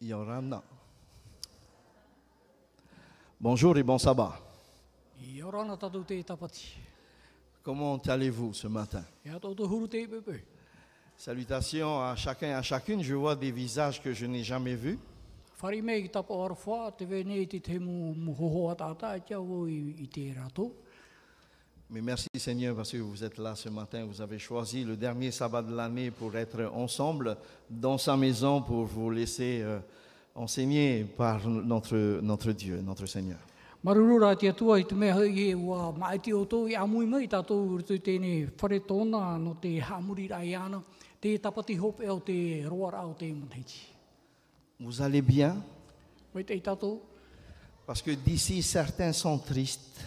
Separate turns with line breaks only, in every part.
Yorana. Bonjour et bon sabbat.
I orana tātou te tapati.
Comment allez-vous ce matin
E a tōtou huru te pepe.
Salutations à chacun et à chacune. Je vois des visages que je n'ai jamais vus.
Whari mei ki tapa ara whā, te wē nei te te mu mu hoho a tātā e kia wau i, i te rātou.
Mais merci Seigneur parce que vous êtes là ce matin. Vous avez choisi le dernier sabbat de l'année pour être ensemble dans sa maison pour vous laisser euh, enseigner par notre, notre Dieu, notre Seigneur.
Marurura te atua i te mea i e ua maiti o tō i amui mai tātou rutu tēnei whare tōna no te hamuri rai ana, te tapati hop e o te roa rā o te manheiti.
Vous allez bien
Mai te i tātou,
Parce que d'ici, certains sont tristes.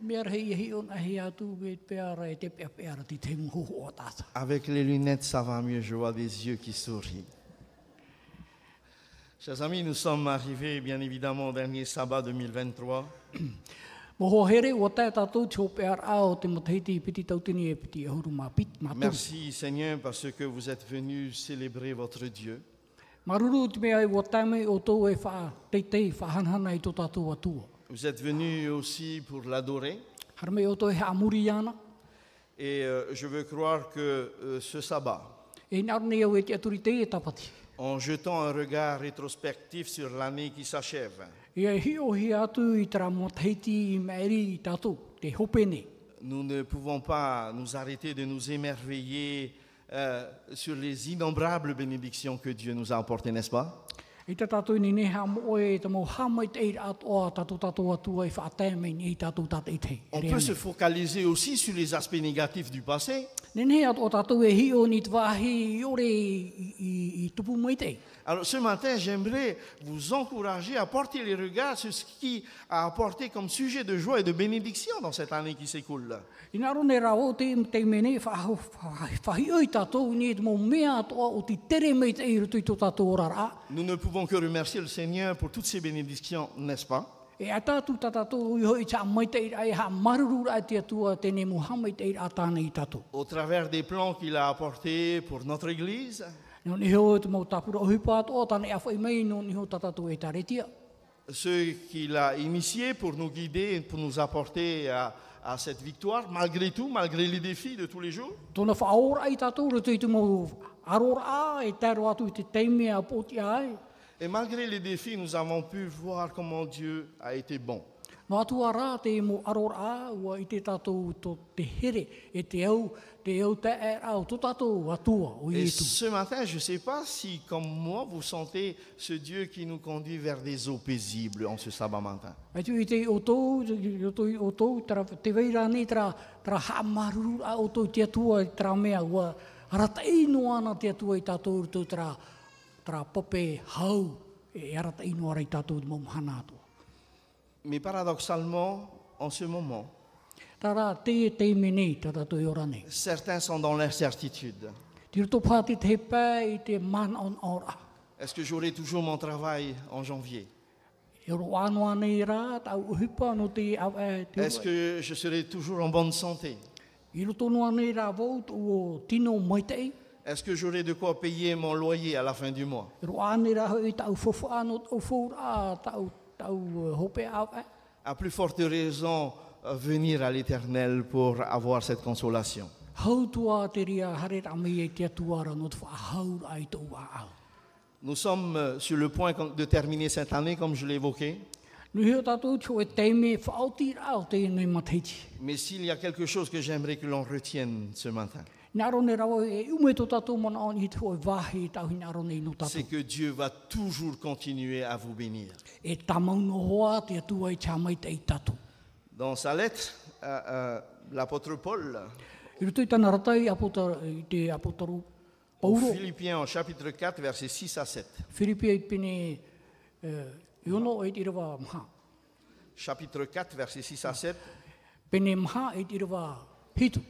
mea rei e hi on ahi atu e te peara e te pea peara te te mu hoho a tātā.
Avec les lunettes, ça va mieux. Je vois des yeux qui sourient. Chers amis, nous sommes arrivés bien évidemment au dernier sabbat 2023.
Moho here, o tae tātou te hope ar ao te mataiti i piti tautini e piti e huru mā pit, mā tōru.
Merci Seigneur parce que vous êtes venus célébrer votre Dieu.
Maruru te mea i o tae mai o tō e wha teitei, whahanhana i tō tātou atua.
Vous êtes venus aussi pour l'adorer.
Harmei o tō e hea muri ana,
Et euh, je veux croire que euh, ce sabbat,
e naru nei au e te aturi te e tapati.
en jetant un regard rétrospectif sur l'année qui s'achève,
Ia e hi o hi atu i tara mataiti i maeri i tātou, te hope nei.
nous ne pouvons pas nous arrêter de nous émerveiller euh, sur les innombrables bénédictions que Dieu nous a apportées, n'est-ce pas
I tā tātou ni neha mo e te mō hamai te eira atoa tātou tātou atua e wha tae mai ni i tātou tātou i te.
On peut se focaliser aussi sur les aspects négatifs du passé,
Nenei at o tātou e hio ni te wāhi i ore i, i, i tupu mai te.
Alors ce matin, j'aimerais vous encourager à porter les regards sur ce qui a apporté comme sujet de joie et de bénédiction dans cette année qui s'écoule.
I nā rone rā o e te te mene whaho whahio i tātou ni te mō mea atoa o te tere mai te i rutu i tō tātou ora rā.
Nous ne pouvons que remercier le Seigneur pour toutes ces bénédictions, n'est-ce pas
E a tātou tā tātou i hoi tā mai te ira e ha maruru rā te atua tēne muhamai te ira atāne i tātou.
Au travers des plans qu'il a apportés pour notre Église,
Nō ni heo e te mō tāpura ohi pā atoa tāne a whai mai nō ni heo tā tātou e tā retia.
ceux qu'il a initiés pour nous guider, pour nous apporter à, à cette victoire, malgré tout, malgré les défis de tous les jours.
Tōna whaora i tātou rutu i te mō arora e tēro atu i te teimea pōti ai.
Et malgré les défis, nous avons pu voir comment Dieu a été bon.
No atua rā te mo aror ā ua i te tātou tō te here e te au, te au te e au tō tātou atua o
Et
Ietu.
ce matin, je ne sais pas si, comme moi, vous sentez ce Dieu qui nous conduit vers des eaux paisibles en ce sabbat matin.
Ai tu i te o tōu, i o tōu, i o tōu, tara, te veira nei tara, tara hamaruru a o tōu te atua i tara mea ua arata ino ana te atua i tātou rutu tara, tara pope hau e arata ino ara i tātou te momhana atua.
Mais paradoxalement, en ce moment,
Tara te te menei tā tātou i ora nei.
certains sont dans l'incertitude.
Te rutu pāti te pē i te man on ora.
Est-ce que j'aurai toujours mon travail en janvier
E ro anō nei rā, tau uhipa no te au e te
Est-ce que je serai toujours en bonne santé
I roto noa nei rā vau tu o tino mai te i.
Est-ce que j'aurai de quoi payer mon loyer à la fin du mois
E ro anei rā hoi tau fofa anō tau fōra, tau, tau uh, hope au e.
À plus forte raison, euh, venir à l'Éternel pour avoir cette consolation.
Hau tua te ria hare rā mei e te atuara no te whahau ai tō wā au.
Nous sommes euh, sur le point de terminer cette année, comme je l'ai évoqué.
Nui heo tātou tō e teime whaoti rā o tēnei mateiti.
Mais s'il y a quelque chose que j'aimerais que l'on retienne ce matin,
Nā rone rā wau e ume tō tātou mana on i te hoi wāhi i tau hina rone i no
c'est
tātou.
que Dieu va toujours continuer à vous bénir.
E tamau no hoa te atua i tā mai te i tātou.
Dans sa lettre, euh, euh, l'apôtre Paul,
I rutu i tana ratai apota, i te apotaro
aux
Pauro,
Philippiens au chapitre 4, versets 6 à 7.
Whiripia i pene uh, iono e te irawa maha.
Chapitre 4, versets 6 à 7,
Pene maha e te irawa hitu,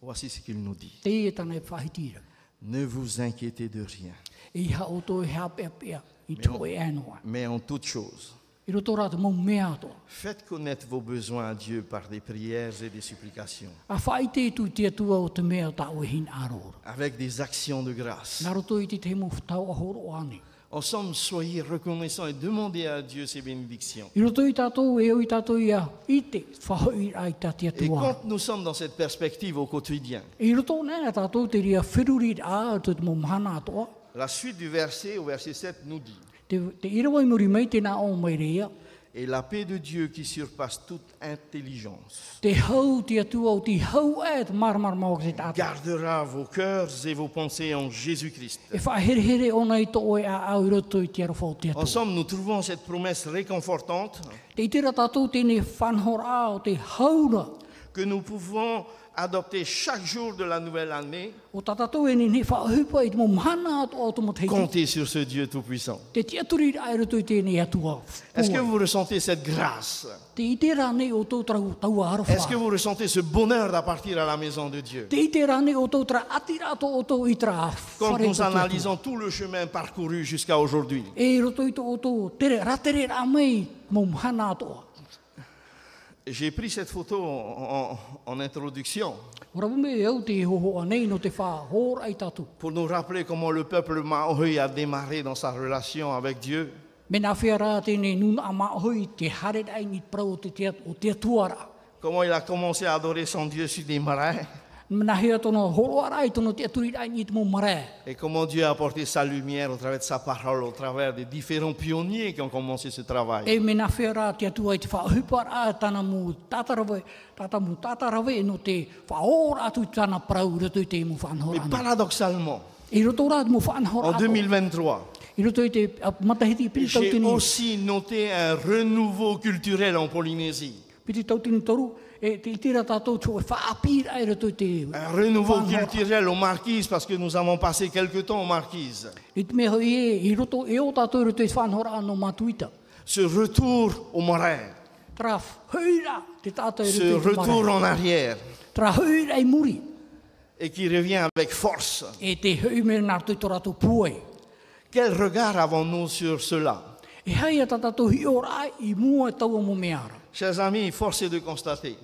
voici ce qu'il nous dit.
te e tana e whahitira.
Ne vous inquiétez de rien,
E iha o tō e hea pea pea i tō e anōa.
mais en toute chose,
I roto rā te mou mea tō.
faites connaître vos besoins à Dieu par des prières et des supplications,
A whaite i tū te atua o te mea tā o hin arora.
avec des actions de grâce.
Nā roto i te te mō whtau ahoro o ane.
Ensemble, soyez reconnaissants et demandez à Dieu ses bénédictions.
I roto i tātou, e o i tātou ia, i te whahoi ai tā te
Et
atua.
quand nous sommes dans cette perspective au quotidien,
I roto nēnā tātou te ria whiruri a tu te momhana atoa.
la suite du verset au verset 7 nous dit
Te, te irawai muri mei tēnā o mai reia.
Et la paix de Dieu qui surpasse toute intelligence
Te hau te atua o te hau e te marmar mau ki tātou.
gardera vos cœurs et vos pensées en Jésus-Christ.
E whaherehere ona i tō e a au i roto i te arafo o te atua.
Ensemble, nous trouvons cette promesse réconfortante
Te itira tātou tēnei whanhora o te haura.
que nous pouvons adopter chaque jour de la nouvelle année,
O tā tātou e nene whahupa i te momhana atoa o te moteiti.
compter sur ce Dieu Tout-Puissant.
Te tiaturi ai roto i tēnei atua.
Est-ce que vous ressentez cette grâce
Te itera nei o tō trau tau arawha.
Est-ce que vous ressentez ce bonheur d'appartir à la maison de Dieu
Te itera nei o tō tra atira tō o tō i tra
Quand
whare
nous
tō te atua.
analysons tout le chemin parcouru jusqu'à aujourd'hui,
E roto i tō o tō tere, ratere rā mei momhana atoa.
j'ai pris cette photo en, en- en introduction
Rabu me au te hohoa nei no te whā hōra i tātou.
pour nous rappeler comment le peuple maori a démarré dans sa relation avec Dieu.
Mena whia rā tēnei nuna a maahoi te haret ai ni prau o te te, o te tuara.
Comment il a commencé à adorer son Dieu sur des marais
Mena hea tono horoara i tono te aturi ai ni te mō marae.
et comment Dieu a apporté sa lumière au travers de sa parole, au travers des différents pionniers qui ont commencé ce travail.
E mena whia rā te atua i te whāhupara a tāna mū tātarawe, tāta mū tātarawe no te whāora atu i tāna prau roto i te mū
Mais
whanhora ana.
paradoxalement,
I roto rā te mū
en
whanhora atu.
2023,
I roto i te a- matahiti i piri tau
J'ai
tēnei.
aussi noté un renouveau culturel en Polynésie.
Piti tau tini toru, e te itira tātou tō e whaapira ai rato i te...
Un renouveau
whanhora.
culturel aux Marquises, parce que nous avons passé quelques temps aux Marquises.
I te mea hoi e, i roto e o tātou i rato i whanhora anō mātuita.
Ce retour au marais,
Tra huira te tātou i
ce
rato i te
retour
marae.
en arrière,
Tra huira i muri,
et qui revient avec force.
e te hui mea nā rato i tō rato puai.
Quel regard avons-nous sur cela
E hei a tātou hi ora ai i mua e taua mō mea ara.
Chers amis, force est de constater,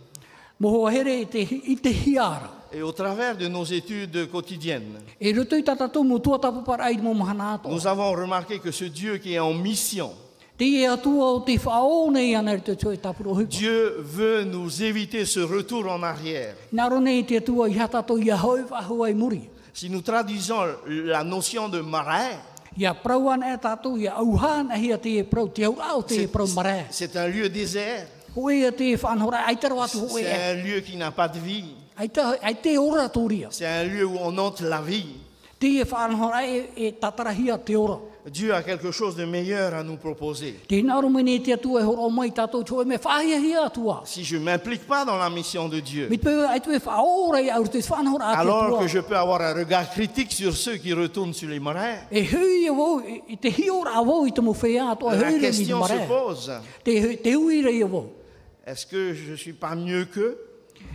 Mō hoa here i te, hi- i te hi ara.
et au travers de nos études quotidiennes,
E rato i tātou mō tua tapapara ai mō mahana ato.
nous avons remarqué que ce Dieu qui est en mission,
Te e atua o te whaone i ana i te tō e tāpura hupa.
Dieu veut nous éviter ce retour en arrière.
Nā rone i te atua i hatato i a hoi wahua i muri.
Si nous traduisons la notion de marais,
Ia prauan e tātou, ia auhana hia te e prau, te au au te e prau marae.
c'est un lieu désert,
Hoe e te e whanhora, ai taro atu hoe
c'est
e.
un lieu qui n'a pas de vie,
Ai, ta, ai te ora tōria.
c'est un lieu où on hante la vie.
Te e whanhora e, e tatarahia te ora.
Dieu a quelque chose de meilleur à nous proposer.
Te naro mene te atua e horo o mai tātou tō e me whahia hia atua.
Si je ne m'implique pas dans la mission de Dieu,
Me te pēwe ai tu e whaora i auru te whanhora a te
alors que
atua.
je peux avoir un regard critique sur ceux qui retournent sur les marais,
E hui e wau, e e te hi ora a wau i te mo whea atua
la
hui re ni te
question se
marae.
pose,
Te, hui- te hui re i a wau.
est-ce que je ne suis pas mieux qu'eux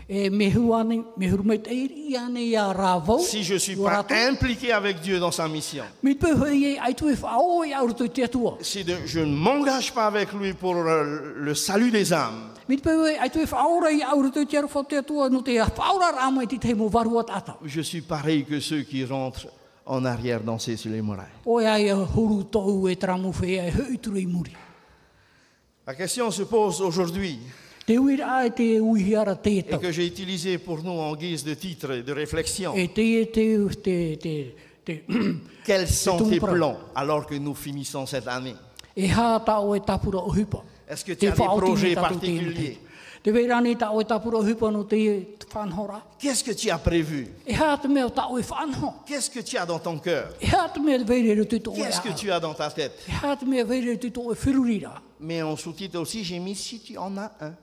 E me huane, me hurumei te i ane i a rā wau.
si je ne suis
i o
pas
rātou.
impliqué avec Dieu dans sa mission
Mi pe hoi e ai tu e whao e auru tu te atua.
Si de- je ne m'engage pas avec lui pour euh, le salut des âmes,
Mi pe hoi ai tu e whao e auru tu te atua te atua no te whaora rama i te te mo varua tata.
je suis pareil que ceux qui rentrent en arrière danser sur les marais.
O e ai huru tau e tramu whea e hui turu i muri.
La question se pose aujourd'hui,
Te uira e te uihiara te
et
tau.
que j'ai utilisée pour nous en guise de titre et de réflexion.
E te e te te te te
Quels sont
tout
tes
prêt.
plans alors que nous finissons cette année
e hā tau e tapura o hupa.
Est-ce que tu as des
whaotini
projets
tātou te inu
particuliers?
te. Te weira nei tau e tapura o hupa no te whanhora.
Qu'est-ce que tu as prévu
E hā te mea o tau e whanhora.
Qu'est-ce que tu as dans ton cœur
E hā te mea weire rutu tō e
Qu'est-ce que
ara.
tu as dans ta tête
E hātu mea veire tu tō e whirurira.
Mais en sous-titre aussi, j'ai mis si tu en as un.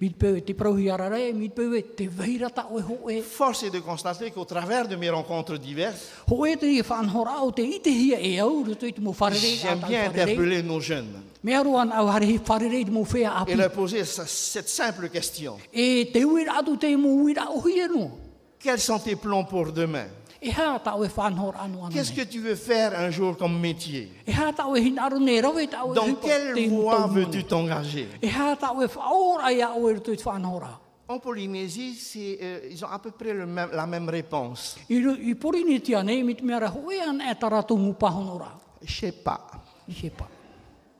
Mīt pēwe te prauhi arara e, mīt pēwe te veirata o e ho e.
Force est de constater qu'au travers de mes rencontres diverses,
Ho e te i whanhora o te ite hia e au, rutu i te mō wharere, a
j'aime
tāu
bien
wharere.
interpeller nos jeunes
Mea roan au harehi wharere i te mō whea
et
api.
leur poser ce- cette simple question.
E te uira atu te mō uira o hia no.
Quels sont tes plans pour demain
E hā tau e whanhora anu anu
Qu'est-ce que
nei.
tu veux faire un jour comme métier
E hā tau e hinaro ne rawe tau e
Dans
hupa te
quelle voie
tau manu.
veux-tu t'engager
E hā tau e whaora ia o e rutu i te whanhora.
En Polynésie, c'est, euh, ils ont à peu près le même- la même réponse.
I, ru- I pori ni tia nei, mīt mea ra ho e an e taratungu pahonora.
Je sais pas.
i he pa.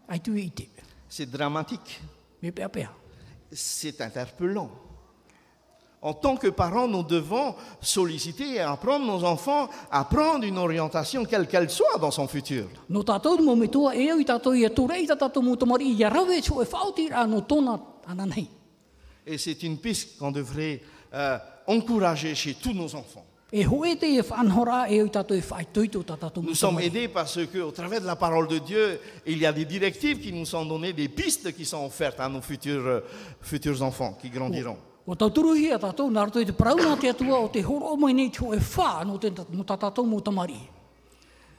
Ai tui i te,
C'est dramatique.
me pea pea.
C'est interpellant. En tant que parents, nous devons solliciter et apprendre nos enfants à prendre une orientation, quelle qu'elle soit, dans son futur.
No tātou mo me toa e au i tātou i a tūre i tātou mō tamari i a rawe so e whaotira no tōna ananei.
Et c'est une piste qu'on devrait euh, encourager chez tous nos enfants.
E hoe te e whanhora e au i tātou e whaitoito tā tātou
Nous
mō
sommes
tamari.
aidés parce que, au travers de la parole de Dieu, il y a des directives qui nous sont données, des pistes qui sont offertes à nos futurs, euh, futurs enfants qui grandiront.
O tau turuhi a tātou nā rato i te parauna te atua o te horo o mai nei tō e wha no, te, no tā tātou mō tamari.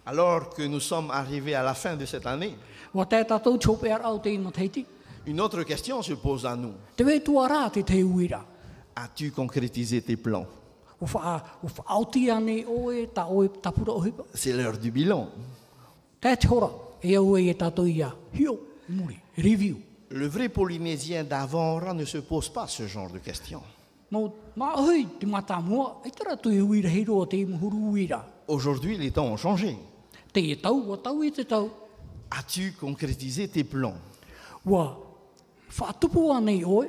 Alors que nous sommes arrivés à la fin de cette année,
Wa tā tātou tōpe ara o te ima teiti.
une autre question se pose à nous.
Te wē tua rā te te uira.
As-tu concrétisé tes plans
O wha, o wha auti ane oe, tā oe tapura o hipa.
C'est l'heure du bilan.
Tā te hora, e au e e tātou ia. Hio, muri, review.
Le vrai Polynésien d'avant ne se pose pas ce genre de questions.
Mō, mā oi, te mata mua, e tera tui uira hei roa te ima huru uira.
Aujourd'hui, les temps ont changé.
Te e tau, wa tau e te tau.
As-tu concrétisé tes plans
Wa, whaatupu anei oe,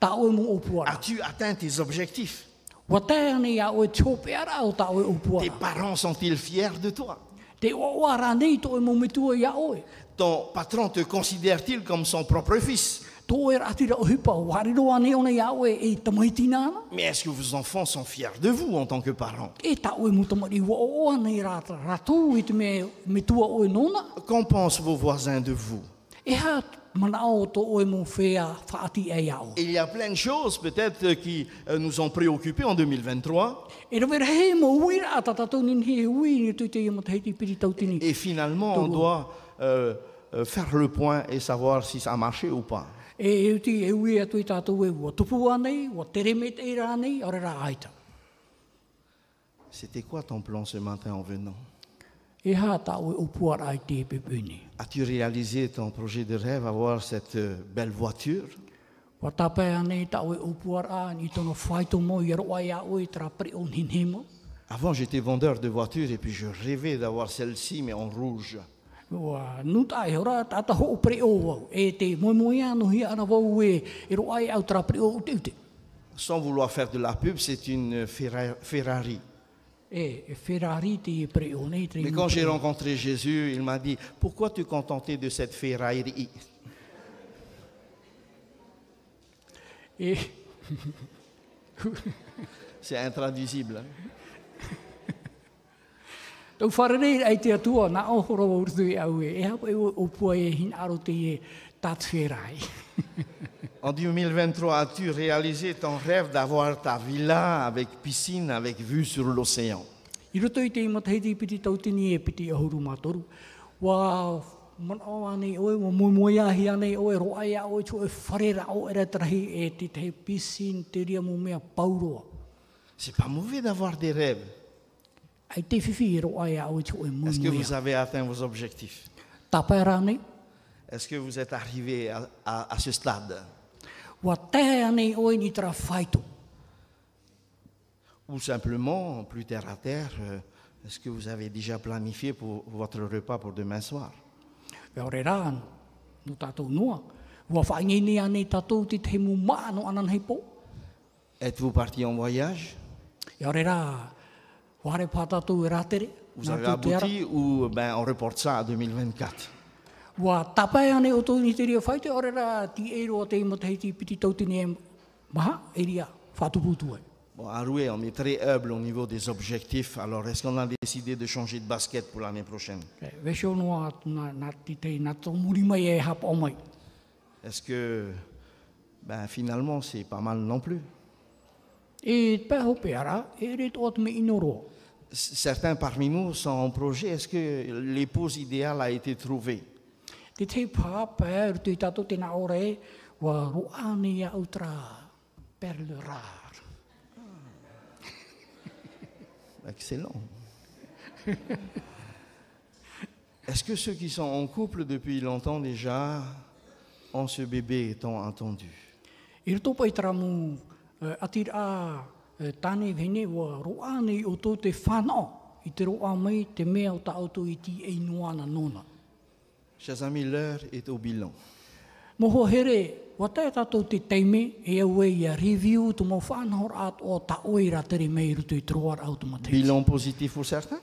tā oe mō opu ara.
As-tu atteint tes objectifs
Wa tae anei a oe tōpe ara o tā oe opu
Tes
ara.
parents sont-ils fiers de toi
Te o ara nei tō e mō metua ia oe.
Ton patron te considère-t-il comme son propre fils
Tō e ratira o hipa, o hariro anei ona ia oe e tamaitina ana.
Mais est-ce que vos enfants sont fiers de vous en tant que parents
E tā oe mō tamari wa o o anei rā rātou i te me, metua oe nōna.
Qu'en pensent vos voisins de vous
E hā mana o tō oe mō whea whaati e ia oe.
Il y a plein de choses peut-être qui euh, nous ont préoccupés en 2023
E rawera he mo uira a tatatou nin he ui ni tui te ia mataiti piri E, tautini.
et finalement on doit euh, euh, faire le point et savoir si ça a marché ou pas.
E e uti e ui atu i tātou e ua tupu anei, ua teremet e rā nei, ora rā aita.
C'était quoi ton plan ce matin en venant
E hā tā oe upua rā i te pepuni.
As-tu réalisé ton projet de rêve, avoir cette euh, belle voiture
Wa tāpai anei tā oe upua rā ni tono whaito mo i roa ia oe tra pre o nin he mo.
Avant j'étais vendeur de voitures et puis je rêvais d'avoir celle-ci mais en rouge.
Ua nuta e hora tāta ho pre o wau. E te moe moe anu hi ana wau e i roa ia au tra pre o ute ute.
Sans vouloir faire de la pub, c'est une euh, Ferra- Ferrari.
E, e Ferrari te i pre o nei. te i
Mais quand j'ai rencontré Jésus, il m'a dit Pourquoi te contenter de cette Ferrari
E,
C'est intraduisible. hein.
Tau wharerei ai te atua, nā o horo o urtu i au e, e hapa e o o pua e hin aro te e tātwherai.
En 2023, as-tu réalisé ton rêve d'avoir ta villa avec piscine, avec vue sur l'océan
I roto i te imatahiti piti tautini e piti ahuru mātoru. Wā, mana o anei oe, wā mui mui ahi anei oe, roa ia oe, tō e wharera o ere trahi e te te pisin te ria mō mea pauroa.
C'est pas mauvais d'avoir des rêves.
Ai te whiwhi e roa ia oe, tō e mui
Est-ce que
mui
vous avez atteint vos objectifs
Tāpai rānei,
Est-ce que vous êtes arrivé à, à- à ce stade
wā tehe anei oe ni tra whaito.
Ou simplement, plus terre à terre, euh, est-ce que vous avez déjà planifié pour votre repas pour demain soir
Pea ore rā anu, no tātou noa. Ua whaingini anei tātou te te mu maano anan hei pō.
Êtes-vous parti en voyage
E ore rā, ware pā tātou e rātere.
Vous avez abouti ou ben, on reporte ça à 2024
Ua tapai anei o tōni te ria whaite, ore rā ti e roa te imatahei ti piti tautini e maha, e ria whatuputu ai.
Bon, à Rouet, on est très humble au niveau des objectifs. Alors, est-ce qu'on a décidé de changer de basket pour l'année prochaine
Okay. Vesho noa nā, nā ti te nā tō muri mai e hapa o mai.
Est-ce que, ben, finalement, c'est pas mal non plus
E pē hope ara, e re tō atu me inoroa.
C- Certains parmi nous sont en projet. Est-ce que l'épouse idéale a été trouvée
Te te pā pē, rutu i tātou tēnā ora e, wā roāne ia au trā, perle rār.
Excellent. Est-ce que ceux qui sont en couple depuis longtemps déjà ont ce bébé étant attendu
I roto pai eh, tara eh, mō, atir a tāne vene, wā roāne i o tō te whanau. i te roa mai te mea o ta auto i ti e noana nona.
Chers amis, l'heure est au bilan.
Moho here, wa tae tātou te teime, e au e ia review tu mō whanhor at o ta oira tere mei rutu i troar automatic.
Bilan positif pour certains,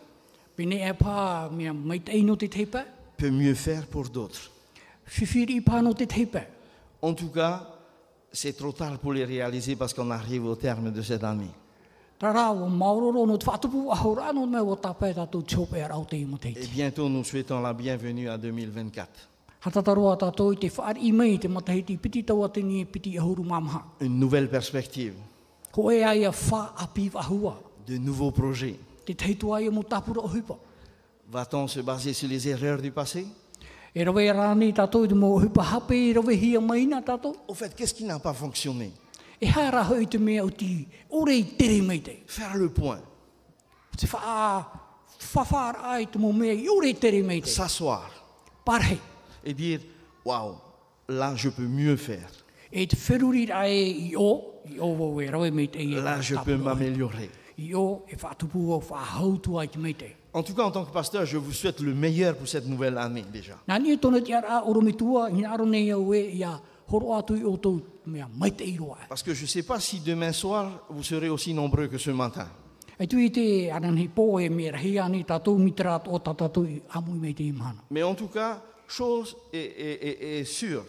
Pene e pā mea mai te eino te teipa,
peut mieux faire pour d'autres.
whiwhiri i pāno te teipa.
En tout cas, c'est trop tard pour les réaliser parce qu'on arrive au terme de cette année.
Tā rā o maororo no te whātupu ahora no mea o tāpai tātou tiope ar au te imo
Et
teiti.
bientôt, nous souhaitons la bienvenue à 2024.
Hatataroa tātou i te whaar i mei te matahiti piti taua te nie e piti ahuru mamaha.
Une nouvelle perspective,
Ko e ai a wha apiv ahua.
de nouveaux projets.
Te teitua ai mo tāpura o hupa.
Va-t-on se baser sur les erreurs du passé
E rawe rāni tātou i te mō hupa hape i rawe hia maina tātou.
Au fait, qu'est-ce qui n'a pas fonctionné
E hā raho i te mea o ti ore i tere mei te.
Faire le point,
Te wha whawhāra ai te mō mea i ore i tere mei te.
s'asseoir
Parhei.
et dire Waouh, là je peux mieux faire,
E te wheruri ai i o, i o wau e rawe mei te i e
là je peux
tāpura.
m'améliorer.
I o e whātupu o whāhautu ai te mei te.
En tout cas, en tant que pasteur, je vous souhaite le meilleur pour cette nouvelle année déjà.
Nā ni e tōna te ara oromitua, hina aro nei au e i a horo atu i o tō mea mai te iroa ai.
Parce que je ne sais pas si demain soir, vous serez aussi nombreux que ce matin.
E tui te ananhi pō e me rahi ani tātou mitra o tātou i amui mei te imhana.
Mais en tout cas, chose est, est- est- est sûre,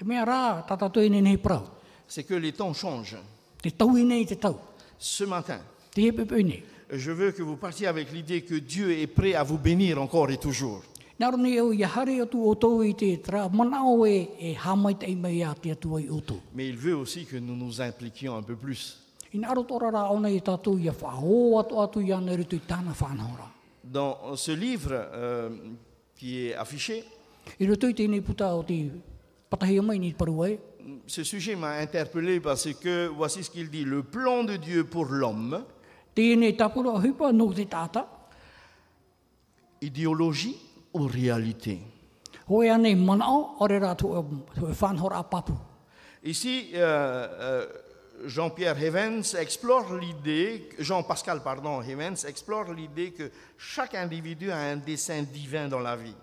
Te mea rā tātou e nei prau.
c'est que les temps changent.
Te tau i nei te tau.
Ce matin,
Te hepepe i nei.
je veux que vous partiez avec l'idée que Dieu est prêt à vous bénir encore et toujours.
Nā rone au i a hare atu o tō i te tra manao e e hamai te imei a te atua i o tō.
Mais il veut aussi que nous nous impliquions un peu plus
I nā aro tōra rā ona i tātou i a whaho atu atu i ana ritu i tāna whanahora.
dans ce livre euh, qui est affiché.
I ritu i tēnei puta o te patahia mai ni e. paru ai.
Ce sujet m'a interpellé parce que voici ce qu'il dit le plan de Dieu pour l'homme,
Tēnei tapura hupa no te tāta.
idéologie ou réalité.
Hoi anei manao, ore rā tu e whanhora a papu.
Ici, euh, euh, Jean-Pierre Evans explore l'idée, Jean-Pascal, pardon, Evans explore l'idée que chaque individu a un dessein divin dans la vie.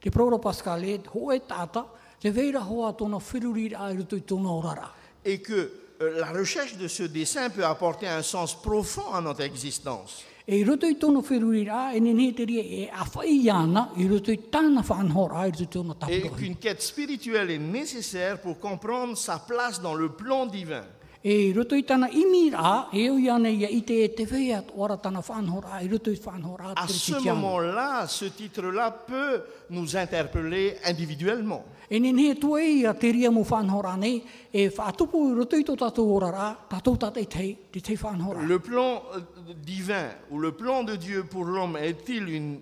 Te proro paskale, ho e tata, te veira hoa tōna whiruri a rutu i tōna orara.
Et que euh, la recherche de ce dessein peut apporter un sens profond à notre existence.
E rutu i tōna whiruri a, e nene te ria e awhai iana, i rutu i tāna whanhora a rutu i tōna
Et
tapurohi.
qu'une quête spirituelle est nécessaire pour comprendre sa place dans le plan divin.
E rutu i tāna imi a, e au iana ia i te e te wea ora tāna whanhora a, i rutu i whanhora a
À
te
ce
ritikiana.
moment-là, ce titre-là peut nous interpeller individuellement.
E nene tua e ia te ria mu whanhora nei, e whātupu i rutu i tō tātou orara, tātou tātei tei, te tei whanhora.
Le plan euh, divin ou le plan de Dieu pour l'homme est-il une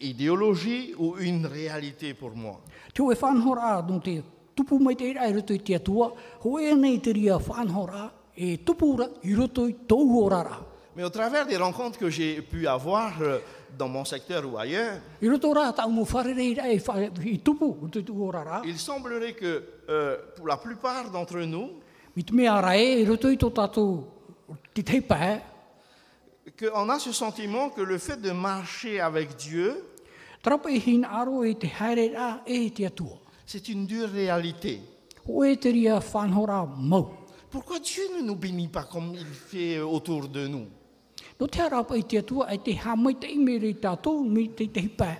idéologie ou une réalité pour moi
Te oe whanhora no te tupu mai te ira i roto i te atua, ho e nei te ria whanhora e tupura i roto i tōu orara.
Mais au travers des rencontres que j'ai pu avoir euh, dans mon secteur ou ailleurs,
I roto rā tau mo wharere ira e wha, i tupu i roto i tōu orara,
il semblerait que euh, pour la plupart d'entre nous,
mi te mea rae i roto i tō tātou te teipa e,
qu'on a ce sentiment que le fait de marcher avec Dieu,
trapa i hin aro e te haere rā e i te atua.
c'est une dure réalité.
Ho e te ria whanhora mau.
Pourquoi Dieu ne nous bénit pas comme il fait euh, autour de nous
No te harapa i te atua e te hamai te imere i tātou mi te teipa e.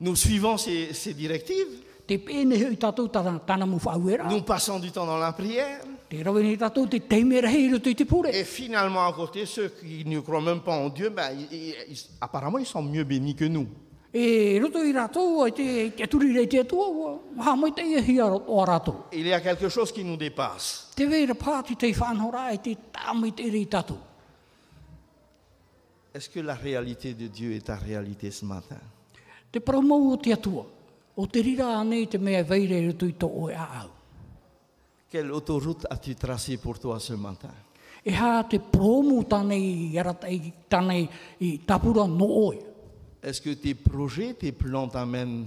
Nous suivons ces, ces directives,
Te pēne i tātou tāna, tāna mo whauera.
nous passons du temps dans la prière,
Te rawe nei tātou te teime rei i roto i te pūre.
Et finalement, à côté, ceux qui ne croient même pas en Dieu, ben, ils- ils- ils- apparemment, ils sont mieux bénis que nous.
E roto i rātou, ai te, te aturi rei te atua, ua, ha mai te ihi a o rātou.
Il y a quelque chose qui nous dépasse.
Te veira pāti te whanhora e te tāmi te rei tātou.
Est-ce que la réalité de Dieu est ta réalité ce matin
Te paramau o te atua, o te rira anei te mea veire i roto i tō oe a au.
Quelle autoroute as-tu tracée pour toi ce matin
E hā te promu tānei i aratai tānei i tāpura no oe.
Est-ce que tes projets, tes plans t'amènent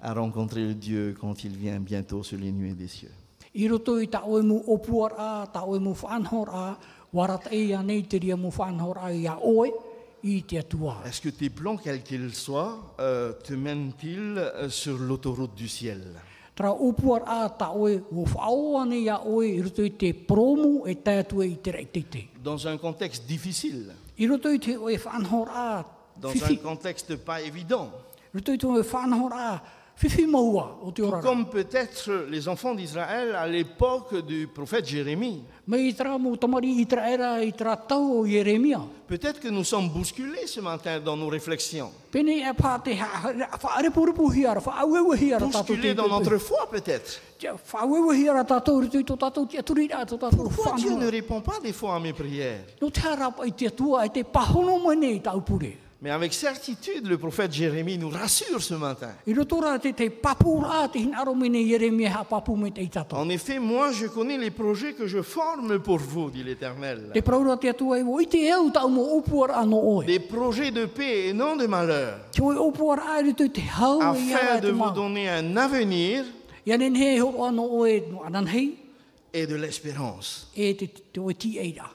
à rencontrer le Dieu quand il vient bientôt sur les nuées des cieux
I roto i tā oe mu opuar e a, tā oe mu whanhor a, waratai anei te ria mu whanhor a i a oe, i te atua.
Est-ce que tes plans, quels qu'ils soient, euh, te mènent-ils euh, sur l'autoroute du ciel
Tra upuar a ta oe, o whaoa nei a oe i roto i te promu e tātua i te reitete.
Dans un contexte difficile,
I roto i te oe whanhor a
dans un
whiwhi.
contexte pas évident,
Roto i te oe whanhor a whiwhi maua o te
tout
orara.
comme peut-être les enfants d'Israël à l'époque du prophète Jérémie.
Mei i tra mō tamari i tra era i tra tau o Jeremia.
Peut-être que nous sommes bousculés ce matin dans nos réflexions,
Pene e pā te whaarepurepu hiara, whaauewe hiara tātou te
bousculés dans notre foi peut-être.
Te whauewe hiara tātou roto i tō tātou te aturi rā, tō tātou
Pourquoi Dieu ne
whanhor.
répond pas des fois à mes prières
No te harapa i te atua, i te pahono mene i tāupure.
Mais avec certitude, le prophète Jérémie nous rassure ce matin.
I roto rā te te papu rā, te hinaro mene i Jeremia ha papu me te i tātou.
En effet, moi je connais les projets que je forme pour vous, dit l'Éternel.
Te praura te atua i wo, i te au tau mō upuar ano oe.
Des projets de paix et non de malheur,
Te oi upuar aere tui te hau i
afin
ara
de
te
vous
mau.
donner un avenir
Ia nen he horo ano oe, no anan hei,
et de l'espérance.
e te te oe ti eira.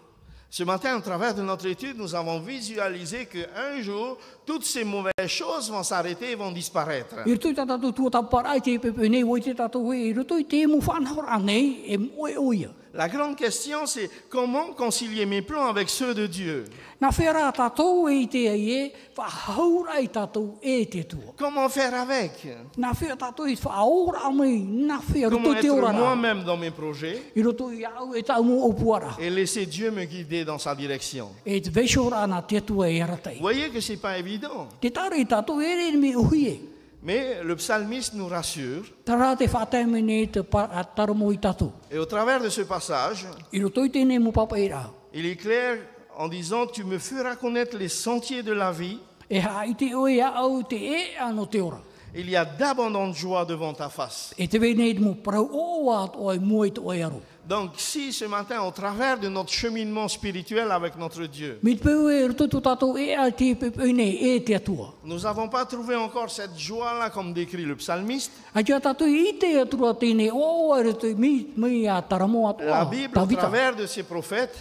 Ce matin, au travers de notre étude, nous avons visualisé qu'un jour, toutes ces mauvaises choses vont s'arrêter et vont disparaître.
I roto i tātou tua tapar ai te pepe nei, wo i te tātou hei, i roto i te mu whanhor anei, e moe oia.
La grande question, c'est comment concilier mes plans avec ceux de Dieu
Nā whera tātou e i te ai e, whahaura i tātou e te tua.
Comment faire avec
Nā whera tātou i whaora amai, nā whera roto
Comment
i te
être
orana.
moi-même dans mes projets
I roto i au e tāu mō opuara.
et laisser Dieu me guider dans sa direction
E te vesho rāna te tua e aratai.
Vous voyez que ce n'est pas évident.
Te tāre i tātou e re me uhi e.
Mais le psalmiste nous rassure.
Tarā te whātai me ne te pa- a taramo i tātou.
Et au travers de ce passage,
I roto i tēnei mō papa i rā.
il est clair en disant Tu me feras connaître les sentiers de la vie.
E hā i te oe a au te e ano te ora.
Il y a d'abondantes joies devant ta face.
E te wei nei te mō parau o wā te oe mua i te oe aro.
Donc, si ce matin, au travers de notre cheminement spirituel avec notre Dieu,
Mi te peu e roto i tō tātou e a te pepe nei e te atua.
nous n'avons pas trouvé encore cette joie-là comme décrit le psalmiste,
A kia tātou i te atua tēnei o e roto i mi, mi a taramo
la
atua.
Bible, au
Tawita.
travers de ses prophètes,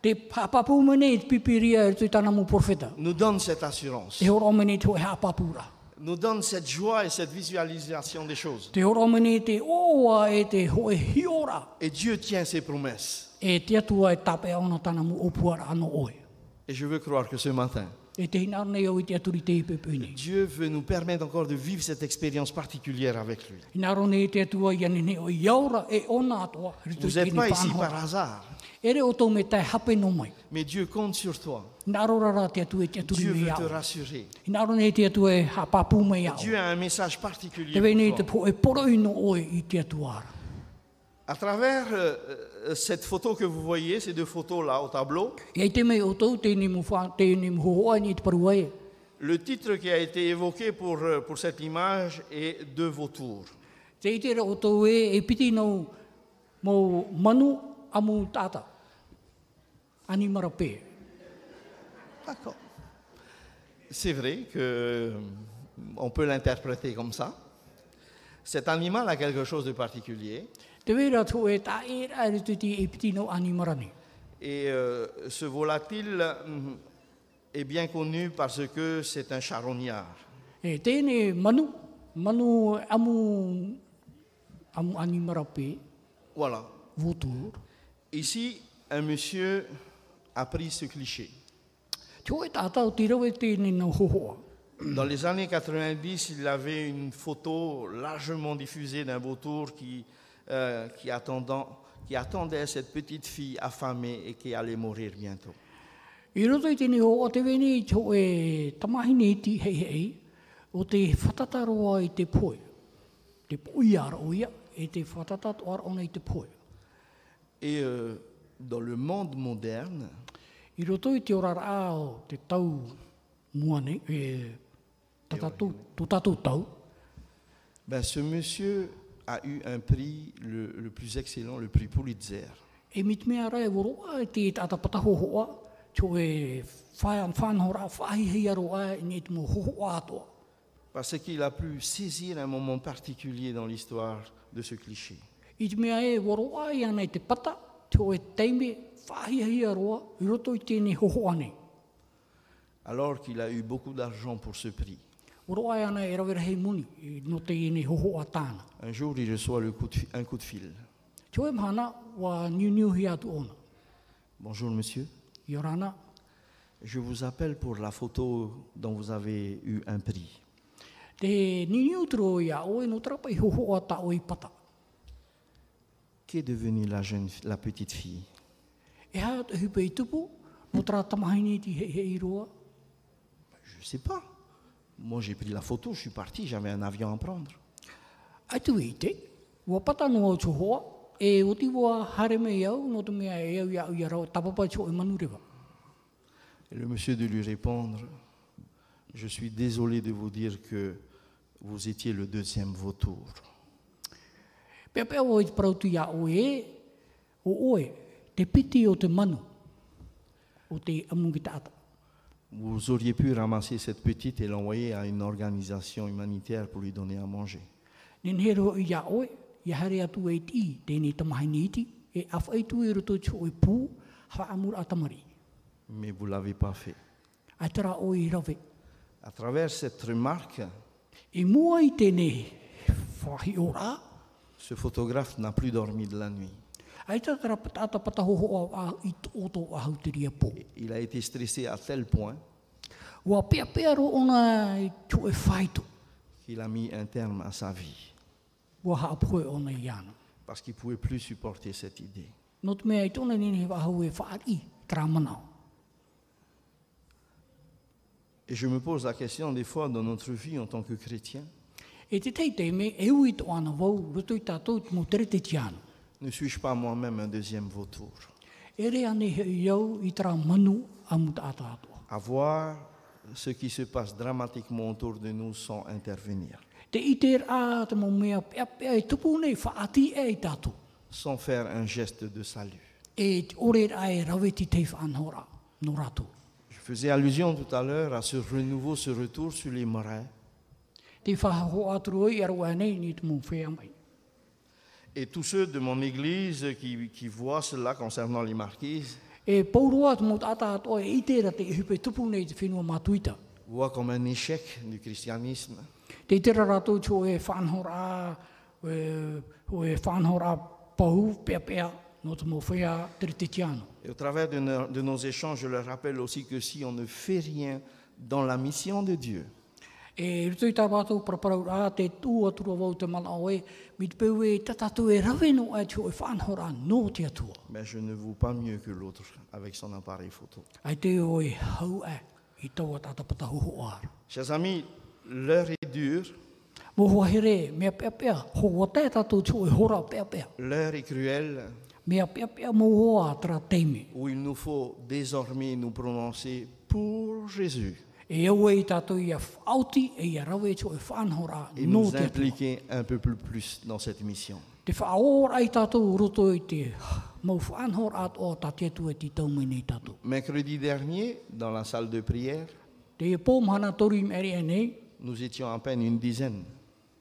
Te papapu me nei te pipiria e roto i tāna mō profeta.
nous donne cette assurance,
Te horo me nei te oe hāpapura.
nous donne cette joie et cette visualisation des choses.
Te ora mene te oa e te hoe hiora
Et Dieu tient ses promesses.
e te atua e tape ana tana mu opuara ano oe.
Et je veux croire que ce matin,
E te hina nei au i te aturi te pepuni.
Dieu veut nous permettre encore de vivre cette expérience particulière avec lui.
Hina rone te atua i ane nei o iaura e ona atoa. ritu
Vous
i
n'êtes
kini
pas ici
whanhora.
par hasard,
Ere o tau me tai hape no mai.
mais Dieu compte sur toi.
Hina rora rā te atua e te aturi
Dieu
me
veut te
iaura.
rassurer.
Hina rone te atua e hapapu me
Dieu
iaura.
a un message
Te vei
particulier.
nei
pour
te
toi.
po e poro i no oe i te atuara.
À travers euh, euh, cette photo que vous voyez, ces deux photos là au tableau,
E te mei o tau tēnei mu wha, tēnei mu hoa ni te parua e.
le titre qui a été évoqué pour, euh, pour cette image est Deux vautours.
Te i tērā o tō e, e piti nau mō manu a mō tāta. Ani mara pē.
D'accord. C'est vrai que euh, on peut l'interpréter comme ça. Cet animal a quelque chose de particulier.
Te wera tō e tā e rā e te e piti nau ani mara ni.
Et euh, ce volatile hum, est bien connu parce que c'est un charognard.
E tēne manu, manu amu, amu ani mara pē,
Voilà.
vōtūr.
Ici, un monsieur a pris ce cliché.
Tō e tāta o te rawe tēne nau hohoa.
Dans les années 90, il avait une photo largement diffusée d'un vautour qui, euh, qui, attendant- qui attendait cette petite fille affamée et qui allait mourir bientôt.
I roto i tēne hohoa te wene i tō e tamahine i ti hei hei, o te whatataroa i te poe. Te poe ara o ia, e te whatatatoara ona i te poe.
Et euh, dans le monde moderne,
I roto i te orara a o te tau mua nei, e, ta tatou, tō tatou tau,
ben, ce monsieur a eu un prix le, le plus excellent, le prix Pulitzer.
e miti mea rai woroa e te atapata hohoa, tō e whaean whanhora, whaihei aroa e ni te mō hohoa atoa.
Parce qu'il a pu saisir un moment particulier dans l'histoire de ce cliché.
I te mea e woroa i ana i te pata, tō e teime, whaihei aroa, i roto i tēnei hohoa nei.
alors qu'il a eu beaucoup d'argent pour ce prix.
O roa e ana e rawera hei muni i no te i nei hoho a tāna.
Un jour, il reçoit le coup de fi- un coup de fil.
Te oe mahana, wa niu niu hi atu ona.
Bonjour monsieur,
I o rana,
je vous appelle pour la photo dont vous avez eu un prix.
te niu niu tro i a oe no trapa i hoho a tā oe i pata.
Qu'est devenue la, jeune, fi- la petite fille
E hea te hupe i tupu, no tra tamahini ti hei hei roa.
Je ne sais pas. Moi, j'ai pris la photo, je suis parti, j'avais un avion à prendre.
Atu i te, ua pata no au tuhoa, e o ti wā hare me iau, no te mea e au iau i a rau, tapapa tō e manurewa.
Et le monsieur de lui répondre, je suis désolé de vous dire que vous étiez le deuxième vautour.
Pea pea o i te parautu ia o e, o oe, te piti o te manu, o te amungi taata.
Vous auriez pu ramasser cette petite et l'envoyer à une organisation humanitaire pour lui donner à manger.
Nen hero i ia oe, ia hare atu e ti, tēnei tamahini iti, e awhai tu e roto tō o e pū, hawa amur atamari.
Mais vous ne l'avez pas fait.
Ai tara o i rawe.
À travers cette remarque,
E mua i tēnei, whahi o rā,
ce photographe n'a plus dormi de la nuit.
ai tara tara patata patahoho au a i tō tō a hautiri pō.
Il a été stressé à tel point
Ua pea pea ro ona i tō e whaito,
qu'il a mis un terme à sa vie,
ua haapoe ona i ana.
parce qu'il ne pouvait plus supporter cette idée.
No te mea i tōna nini he wahau e whaari, tera manao.
Et je me pose la question des fois dans notre vie en tant que chrétien,
E te teitei me, e ui tō ana vau, roto i tātou te mō tere te tiana.
ne suis-je pas moi-même un deuxième vautour
E re ane he iau i tera manu a muta atātua.
À voir ce qui se passe dramatiquement autour de nous sans intervenir,
Te i te rā te mō mea pea pea e tupu nei whaati e i tātou.
sans faire un geste de salut.
E te ore rā e rawe ti te whanhora, no rātou.
Je faisais allusion tout à l'heure à ce renouveau, ce retour sur les marais.
Te whaho atru oi aru anei ni te mō whea mai.
Et tous ceux de mon église qui, qui voient cela concernant les marquises
E pauroa te mō atātua e i te rā te hupe tupu nei te whenua mātuita.
voient comme un échec du christianisme.
Te tera rātou tō e whanhora, e, o e whanhora pahu, pea pea, no te mō whea tere te tiano.
Et au travers de nos, de nos échanges, je leur rappelle aussi que si on ne fait rien dans la mission de Dieu,
E rutu i tā rātou paraparau rā te tū atura wau te mana oe, mi te peu e tatatu e rawe no ai tō e whanhora nō te atua.
ben je ne vaux pas mieux que l'autre avec son appareil photo.
Ai te o e hau e, i taua tāta pata hoho ara.
Chers amis, l'heure est dure,
Mō hoa here, mea pea pea, hoa te tātou tō e hora pea pea.
l'heure est cruelle,
Mea pea pea mō hoa tra teime.
où il nous faut désormais nous prononcer pour Jésus
E au e i tātou i a whauti, e i a rawe tō e whanhora
et
nō
nous
te atua.
impliquer un peu plus, plus dans cette mission.
Te whaora i tātou roto i te mau whanhor at o e tā te tua ti tau mai nei tātou.
Mercredi dernier, dans la salle de prière,
Te e pōmhana toru i meri e nei,
nous étions à peine une dizaine.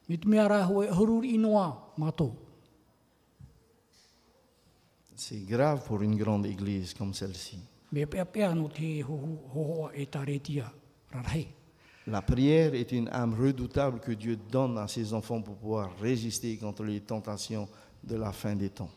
ni te mea rā hoe horuri inoa mātou.
C'est grave pour une grande église comme celle-ci.
Me pea pea no te hoho, hohoa e tā retia rarhei.
La prière est une âme redoutable que Dieu donne à ses enfants pour pouvoir résister contre les tentations de la fin des temps.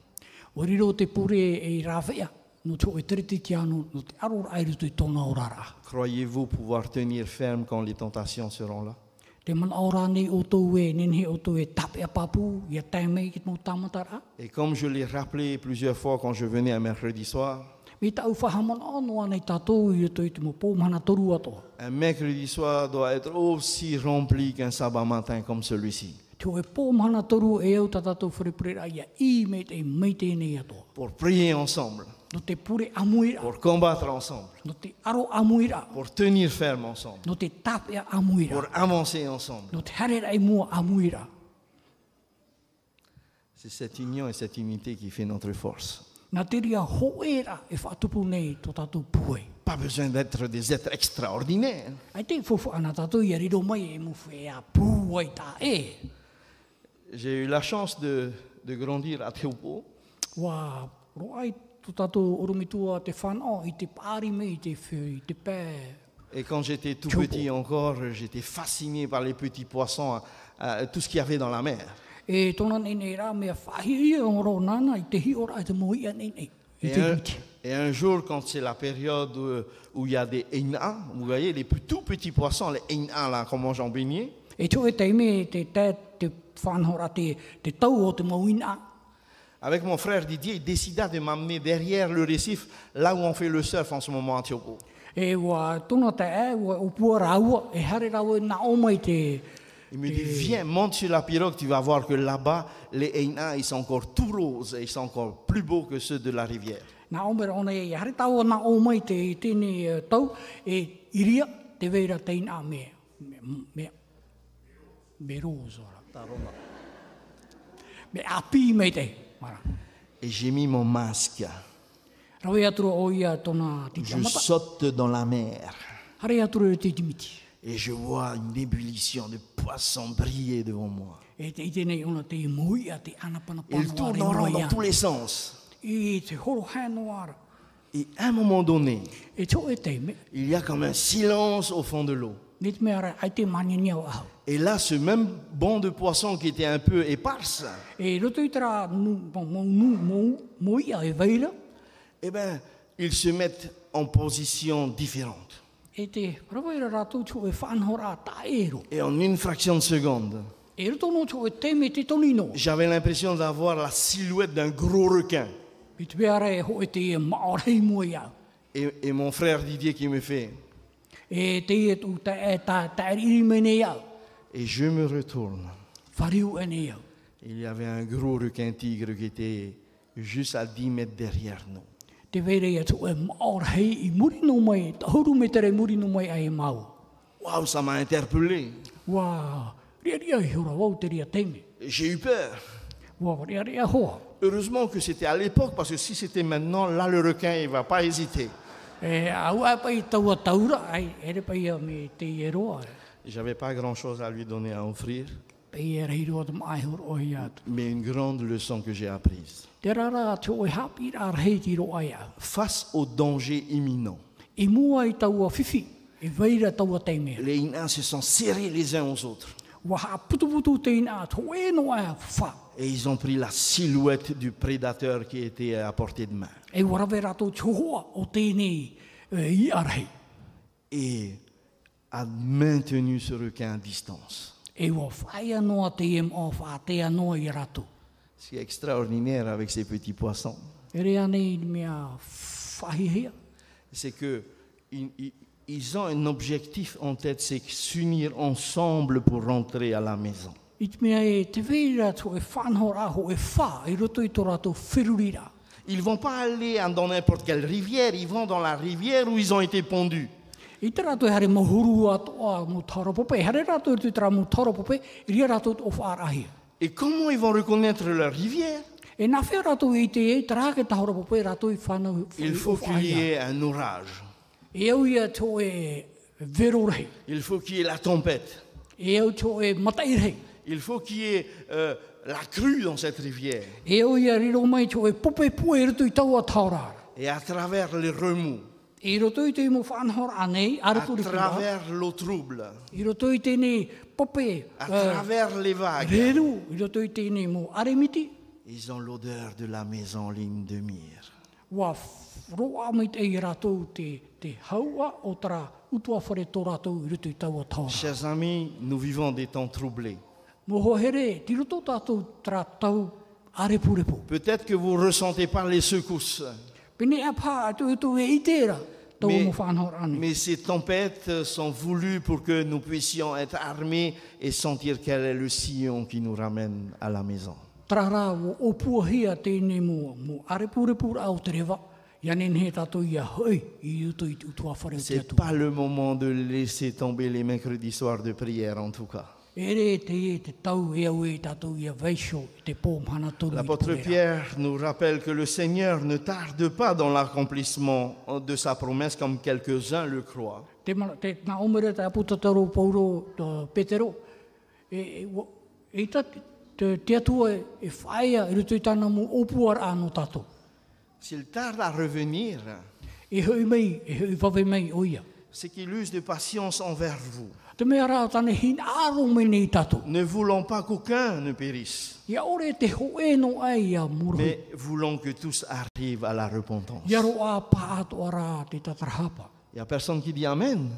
O riro te pure e i rāwhea, no tō e tiriti ki anu, no te aror airu te tōna o rara.
Croyez-vous pouvoir tenir ferme quand les tentations seront là
Te mana o rā nei o tō e, nenhe o tō e tape a papu, i a tēmei ki tō tāmatara.
Et comme je l'ai rappelé plusieurs fois quand je venais un mercredi soir,
Me tau whahamana anō nei tātou i e tō i te mō pōmhana toru atoa.
un mercredi soir doit être aussi rempli qu'un sabbat matin comme celui-ci
Te oe pōmana toru e au tatatou whorepurera ia i me te mei tēnei atoa.
pour prier ensemble,
No te pure amuira,
pour combattre ensemble,
no te aro amuira,
pour tenir ferme ensemble,
no te tapea
pour
amuira,
avancer ensemble.
no te harera i mua amuira.
C'est cette union et cette unité qui fait notre force.
Nā te ria hoera e whaatupu nei tō tātou puhe.
Pas besoin d'être des êtres extraordinaires.
Ai te fufu ana tātou i arido mai e mufu e a puhe tā e.
J'ai eu la chance de, de grandir à Théopo,
Wā, roai tō tātou orumitua te whanau i te pāri me i te whiu, i te pē,
Et quand j'étais tout
Trouble.
petit encore, j'étais fasciné par les petits poissons, euh, tout ce qu'il y avait dans la mer.
E tōna nei nei rā mea whahi i o rō nana i te hi ora i te mohi a nei nei. I
Et
te
un,
rite.
et un jour, quand c'est la période euh, où il y a des eina, vous voyez, les p- tout petits poissons, les eina là qu'on mange en beignet,
E tō e teime te tē te whanhora te, te tau o te mauina.
avec mon frère Didier, il décida de m'amener derrière le récif, là où on fait le surf en ce moment à Tiopo.
E wā tōna te e, wā upua rāua, e hare rāua nā oma i te...
Il me dit, viens, monte sur la pirogue, tu vas voir que là-bas, les eina, ils sont encore tout roses, et ils sont encore plus beaux que ceux de la rivière.
Nā oma rāna e, e hare tāua nā oma i te tēnei eh, tau, e iria te veira teina mea. Me, me, me rose ora. Me api mei te. Mara.
Et j'ai mis mon masque.
Rawe atura o ia tōna titi
Je
amata.
saute dans la mer
Hare atura e te timiti.
et je vois une ébullition de poissons briller devant moi.
E te ite nei ona te mui a te anapana
Ils
pano a
tournent en rond dans
renoia.
tous les sens.
I te horo hano ara.
Et à un moment donné,
E tō e te me.
il y a comme un silence au fond de l'eau.
Ni te mea ara ai te manini au au.
Et là, ce même banc de poissons qui était un peu éparse,
E roto i tera nu- mo- mo- nu- mo- mui a e veira.
eh ben, ils se mettent en position différente.
E te rawaira rātou tō e whanhora a tā ero.
Et en une fraction de seconde,
E roto no tō e te me te tonino.
j'avais l'impression d'avoir la silhouette d'un gros requin.
I te mea ara e ho e te maorei mui au.
Et, et mon frère Didier qui me fait.
E te e tū tā e tā tā iri mene au.
Et je me retourne.
Whariu e nei au.
Il y avait un gros requin tigre qui était juste à 10 mètres derrière nous.
Te vere ia tō e maorei i muri no mai, tahuru me tere muri no mai a e mau.
Waouh, ça m'a interpellé.
Wā, ria ria i hura wau te ria teime.
J'ai eu peur.
Wā, ria ria hoa.
Heureusement que c'était à l'époque, parce que si c'était maintenant, là, le requin, il va pas hésiter.
E au a pai taua taura, ai, ere pai a me te i e roa.
J'avais pas grand-chose à lui donner à offrir,
Pei e rei roa te mai hura o i atu.
mais une grande leçon que j'ai apprise.
Te rara a tō e hapi rā rei ti roa i au.
Face au danger imminent,
I mua i taua fifi, i veira taua teime.
les Inains se sont serrés les uns aux autres
Wā ha putu putu te ina a tō e no a wha.
et ils ont pris la silhouette du prédateur qui était à portée de main.
E warawe rātou tōhoa o tēnei e, i a rei.
et a maintenu ce requin à distance.
E wā whai anoa te em o whā te anoa i ratu.
Ce qui est extraordinaire avec ces petits poissons,
E rea nei mea whahi hea.
c'est que ils, ils- ils ont un objectif en tête, c'est que s'unir ensemble pour rentrer à la maison.
I te mea e te veira tō e whanhora ho e whā i roto i tō rātou whirurira.
Ils vont pas aller en- dans n'importe quelle rivière, ils vont dans la rivière où ils ont été pondus.
I te rātou e hare mahuru a tō a mō tarapope. E hare rātou i tō tera mō tarapope i ria rātou o whārahia.
Et comment ils vont reconnaître leur rivière
E nā whea rātou i te e tera hake tahoropope rātou i whanau
Il faut qu'il y ait un orage,
E au ia tō e verorei.
il faut qu'il y ait la tempête,
E au tō e matairei.
il faut qu'il y ait euh, la crue dans cette rivière.
E au ia riro mai tō e pope pua i roto i tau a taurara.
Et à travers les remous,
I roto i te mo whanhor anei,
à
araturi pura.
travers l'eau trouble,
I roto i tēnei pope
à
uh,
travers les vagues.
reru, i roto i tēnei mo aremiti,
Ils ont l'odeur de la maison en ligne de mire.
wā f- roa mai te i rātou te, te haua o tara utua whare tō rātou i roto i taua taora.
Chers amis, nous vivons des temps troublés.
Mō hohere, ti roto tātou tara tau arepurepu.
Peut-être que vous ne ressentez pas les secousses,
Pene a pā atu utu e i tērā, tau
Mais-
mo whanhor anei.
mais ces tempêtes sont voulues pour que nous puissions être armés et sentir quel est le sillon qui nous ramène à la maison.
Tara rā o opua hia tēnei mo, mo arepurepu au te rewa, Ia nen he tātou ia hoi i utu i utua whare o te
C'est
atua.
pas le moment de laisser tomber les mercredis soirs de prière, en tout cas.
E re te e te tau e au e tātou i a veisho i te pōmhana tonu i
L'apôtre
te pōrera.
Pierre nous rappelle que le Seigneur ne tarde pas dans l'accomplissement de sa promesse comme quelques-uns le croient,
Te, mana, te nā omere te aputataro pauro tō Petero, e, e, wa- e ta, te, te atua e, e whaia i rutu i tāna mu opuar anō tātou.
s'il tarde à revenir,
E hui mei, e hui wawe mei o ia.
ce qu'il use de patience envers vous,
Te mea rā tane hin aro mene i tatu.
ne voulant pas qu'aucun ne périsse,
Ia ore te ho eno ai a muru.
mais voulant que tous arrivent à la repentance.
Ia ro a pā atua rā te tatarahapa.
Il n'y a personne qui dit Amen.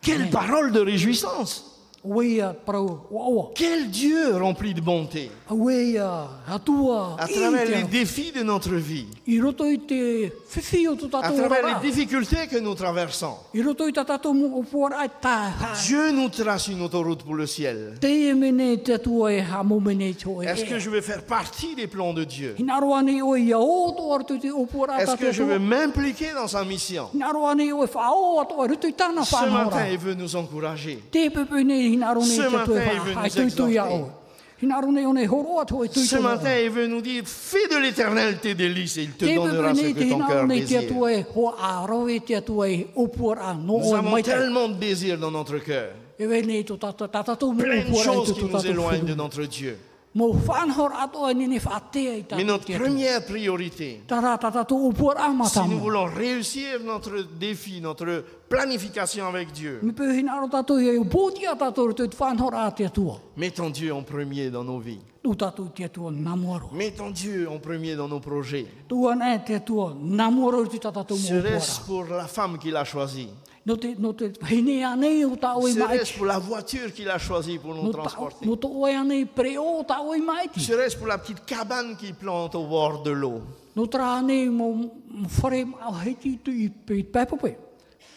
Quelle parole de réjouissance
Weia parau o aua.
Quel Dieu rempli de bonté
Weia atua
à
i
travers
te
les
ao.
défis de notre vie,
I roto i te whiwhi o tu
à
tatou
travers les
rā.
difficultés que nous traversons.
I roto i ta tatou mu o puara ai tā hā.
Dieu nous trace une autoroute pour le ciel.
Te e mene te atua e hā mō mene i tō e
Est-ce que
e.
je vais faire partie des plans de Dieu
Hina aroa nei o ia o tō artu te o puara ai
Est-ce
tā te
que je vais
atua.
m'impliquer dans sa mission
Hina aroa nei o e whaao atua rutu i tāna
Ce matin,
whanora.
il veut nous encourager.
Te pepe nei hina aroa nei
Ce
te
matin,
atua e
il veut
wha. Hai
nous
tui tui
exhorter.
ao. Hina aroa nei o nei horo atua e tui
Ce
tui ao.
matin, il veut nous dire Fais de l'éternel tes délices et il te
Te
donnera
pepe
ce
nei te
que ton
hina
cœur
aroa nei te
désire.
atua e hoa aro e te atua e o puara a no
Nous
o e
avons
maitai.
tellement de désirs dans notre cœur,
E wei nei tō tātou tātou mō
plein de
puara e i
choses
tō
qui nous
tātou
éloignent de
whiru.
notre Dieu.
Mō whanhor atua e nene whaatea i
Mais
tātou
notre
te atua.
première priorité,
Tā rā tā tātou o puara
si nous
amatama.
voulons réussir notre défi, notre planification avec Dieu,
Me pēhi nā ro tātou i o bōti e a tātou rā tūtu whanhor a te atua.
mettons Dieu en premier dans nos vies,
Tū tātou te atua namuaro.
mettons Dieu en premier dans nos projets.
Tū anē te atua namuaro i tū tā tātou mō
Serait-ce
puara.
pour la femme qu'il a choisie
No te, no te hine anei o tā oi mai.
Serait-ce pour la voiture qu'il a choisie pour nous
No tā
transporter
no tō oi anei pre o tā oi mai.
Serait-ce pour la petite cabane qu'il plante au bord de l'eau
No tā anei mō mō whare mā heiti tū i pe pēpape.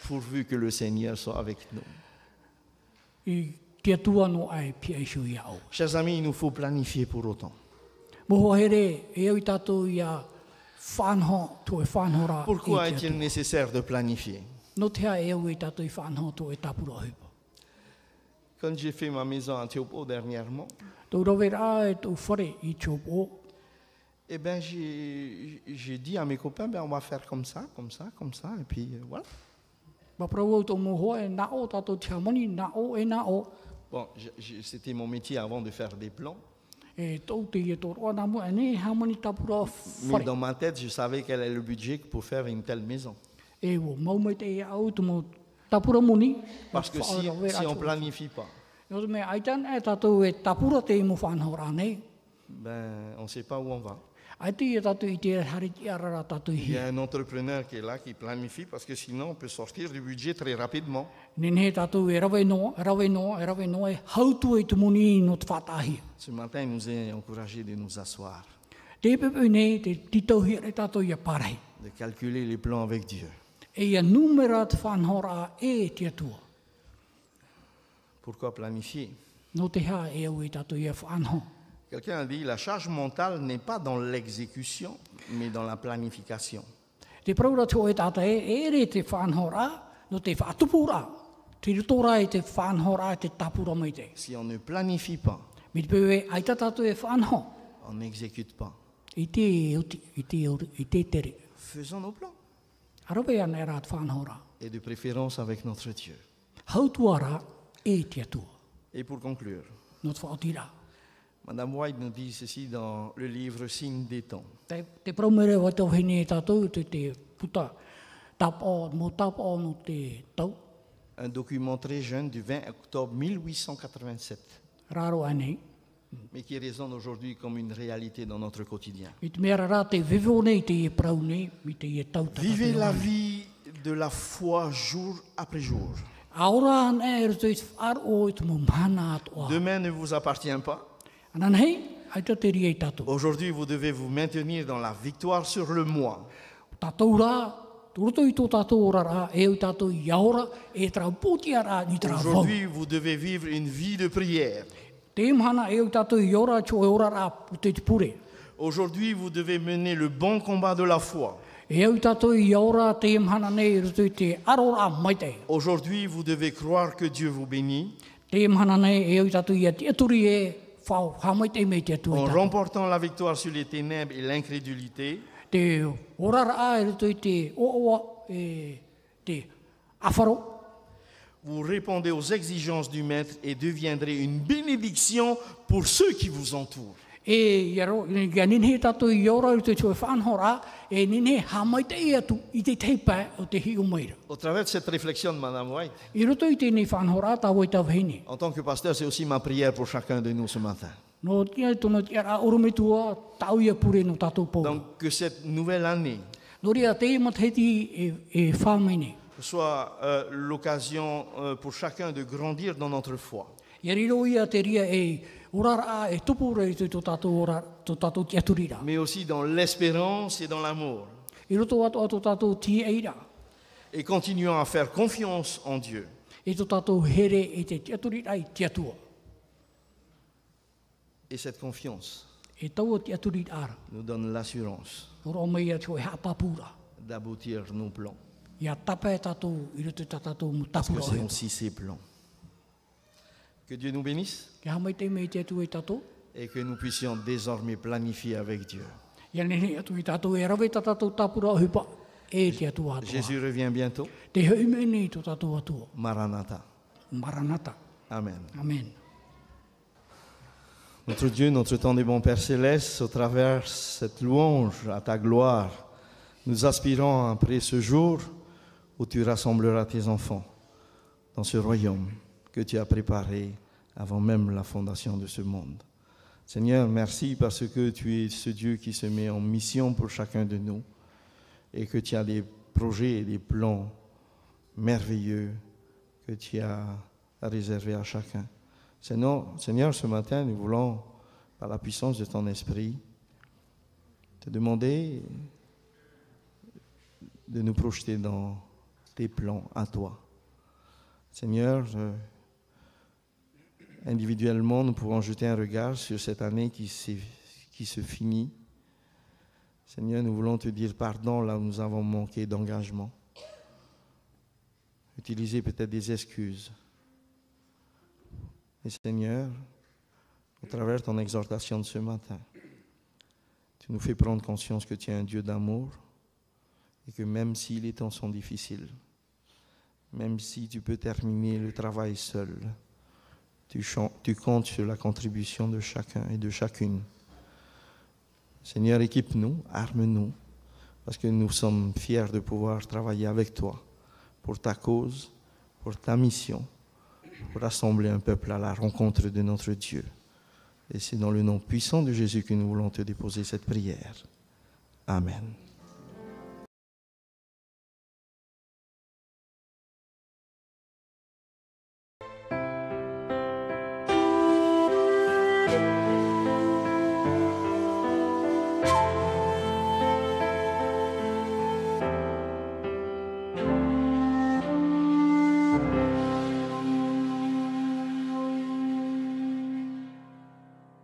Pourvu que le Seigneur soit avec nous.
I te atua no ai pia isu i au.
Chers amis, il nous faut planifier pour autant.
Moho here, e au i tātou i a whanho, tō e whanhora
Pourquoi
i te
est-il nécessaire de planifier
atua. No te hea e au i tātou i whanho tō e tāpura hupa.
Quand j'ai fait ma maison à Tiopo dernièrement,
Tō rowe rā e tō whare i tōpō.
eh ben, j'ai j'ai dit à mes copains, ben, on va faire comme ça, comme ça, comme ça, et puis euh, voilà.
Ma prau au tō moho e nā o tātou te hamani, nā o e nā o.
Bon, j'ai- j'ai- c'était mon métier avant de faire des plans,
E tō te i e tō roa nā mua, e ne e hamani tāpura
mais
whare.
dans ma tête, je savais quel est le budget pour faire une telle maison.
E wō maumai te e au tō mō tāpura moni.
Parce que si,
Whaarawe
si on
atu.
planifie pas,
Nō te mea aitan e tātou e tāpura te i mō whanho rā nei.
ben, on ne sait pas où on va.
Ai te i e tātou i te hari i arara tātou i
Il
hi.
y a un entrepreneur qui est là, qui planifie, parce que sinon, on peut sortir du budget très rapidement.
Nene tātou e rawe noa, e rawe noa, e rawe noa, e hautua i te moni i no te whātahi.
Ce matin, il nous a encouragé de nous asseoir,
Te pepe nei, te titauhi re tātou i a pārei.
de calculer les plans avec Dieu,
E ia numera te whanhora e te atua.
Pourquoi planifier
No te hā e au i tātou i a whanho.
Quelqu'un a dit la charge mentale n'est pas dans l'exécution, mais dans la planification.
Te praura te oe tātou e, e re te whanhora, no te whātupura. Te rutora e te whanhora e te tapura mai te.
Si on ne planifie pas,
Mi te pepe ai tā tātou e whanho.
on n'exécute pas.
I te e uti, i te, e uri, i te tere.
Faisons nos plans.
Arawe ana e rā te whanhora.
Et de préférence avec notre Dieu.
Hautuara e te atua.
Et pour conclure,
No te whaotira.
Madame White nous dit ceci dans le livre Signe des temps.
Te, te praumere wa tau hene e tātou te te puta tap o, mō tap o no te tau,
Un document très jeune du 20 octobre 1887,
raro anei.
mais qui résonne aujourd'hui comme une réalité dans notre quotidien.
I te mea rā te vivo nei te e prau nei, mi te e tau tata.
Vivez la vie de la foi jour après jour.
Aora an e rutu i te whaar o i te mō mana atoa.
Demain ne vous appartient pas.
Anan hei, ai tau te rie i tātou.
Aujourd'hui, vous devez vous maintenir dans la victoire sur le moi.
Tātou rā, turuto i tō tātou ora rā, e au tātou i aora, e tra pūtia rā ni tra vau.
Aujourd'hui, vous devez vivre une vie de prière.
Te imhana e au tātou i aora, tō e ora rā pute te pure.
Aujourd'hui, vous devez mener le bon combat de la foi.
E au tātou i aora, te imhana nei rutu i te arora mai te.
Aujourd'hui, vous devez croire que Dieu vous bénit
Te mana nei e oi tatu ia te aturi e whao hamai te mei te aturi
en
tatu.
remportant la victoire sur les ténèbres et l'incrédulité,
Te orara a e rutu i te oaoa e te awharo.
vous répondez aux exigences du Maître et deviendrez une bénédiction pour ceux qui vous entourent.
E ia ro, ni kia nini he tato i ora i te tue whanhora, e nini he hamai te e atu i te teipa o te hi umeira.
Au travers de cette réflexion de Madame White,
I roto i tēnei whanhora tā wai tau hene.
en tant que pasteur, c'est aussi ma prière pour chacun de nous ce matin.
No tia tono tia rā orometua tau ia pure no tatou pōu.
Donc que cette nouvelle année
No rea te ima te heti e, e whāmaine.
soit euh, l'occasion euh, pour chacun de grandir dans notre foi.
Ia riro ia te ria e orara a e tupu rei tui tō tātou ora, tō tātou tia turira.
mais aussi dans l'espérance et dans l'amour.
I roto atu a tō tātou ti eira.
Et continuons à faire confiance en Dieu.
E tō tātou here e te tia turira i tia tua.
Et cette confiance
E taua tia turira ara.
nous donne l'assurance
Ora o mai atu e hapapura.
d'aboutir nos plans.
Ia tapa e tātou, i roto i tā tātou mu
Que
tapura
c'est
oe.
aussi ses plans. Que Dieu nous bénisse
Kia hamai te mei te atu e tātou.
et que nous puissions désormais planifier avec Dieu.
Ia nene atu i tātou e rawe tā tātou tapura o hupa. E te atu atua.
Jésus revient bientôt.
Te hei mene i tō tātou atua.
Maranatha.
Maranata.
Amen.
Amen.
Notre Dieu, notre temps des bons Père Céleste, au travers de cette louange à ta gloire, nous aspirons après ce jour où tu rassembleras tes enfants dans ce royaume que tu as préparé avant même la fondation de ce monde. Seigneur, merci parce que tu es ce Dieu qui se met en mission pour chacun de nous et que tu as des projets et des plans merveilleux que tu as réservés à chacun. Seigneur, Seigneur, ce matin, nous voulons, par la puissance de ton esprit, te demander de nous projeter dans tes plans à toi. Seigneur, euh, individuellement, nous pourrons jeter un regard sur cette année qui, s'est- qui se finit. Seigneur, nous voulons te dire pardon là où nous avons manqué d'engagement. Utiliser peut-être des excuses. Et Seigneur, au travers de ton exhortation de ce matin, tu nous fais prendre conscience que tu es un Dieu d'amour et que même si les temps sont difficiles, même si tu peux terminer le travail seul, tu, chan- tu comptes sur la contribution de chacun et de chacune. Seigneur, équipe-nous, arme-nous, parce que nous sommes fiers de pouvoir travailler avec toi pour ta cause, pour ta mission pour rassembler un peuple à la rencontre de notre Dieu. Et c'est dans le nom puissant de Jésus que nous voulons te déposer cette prière. Amen.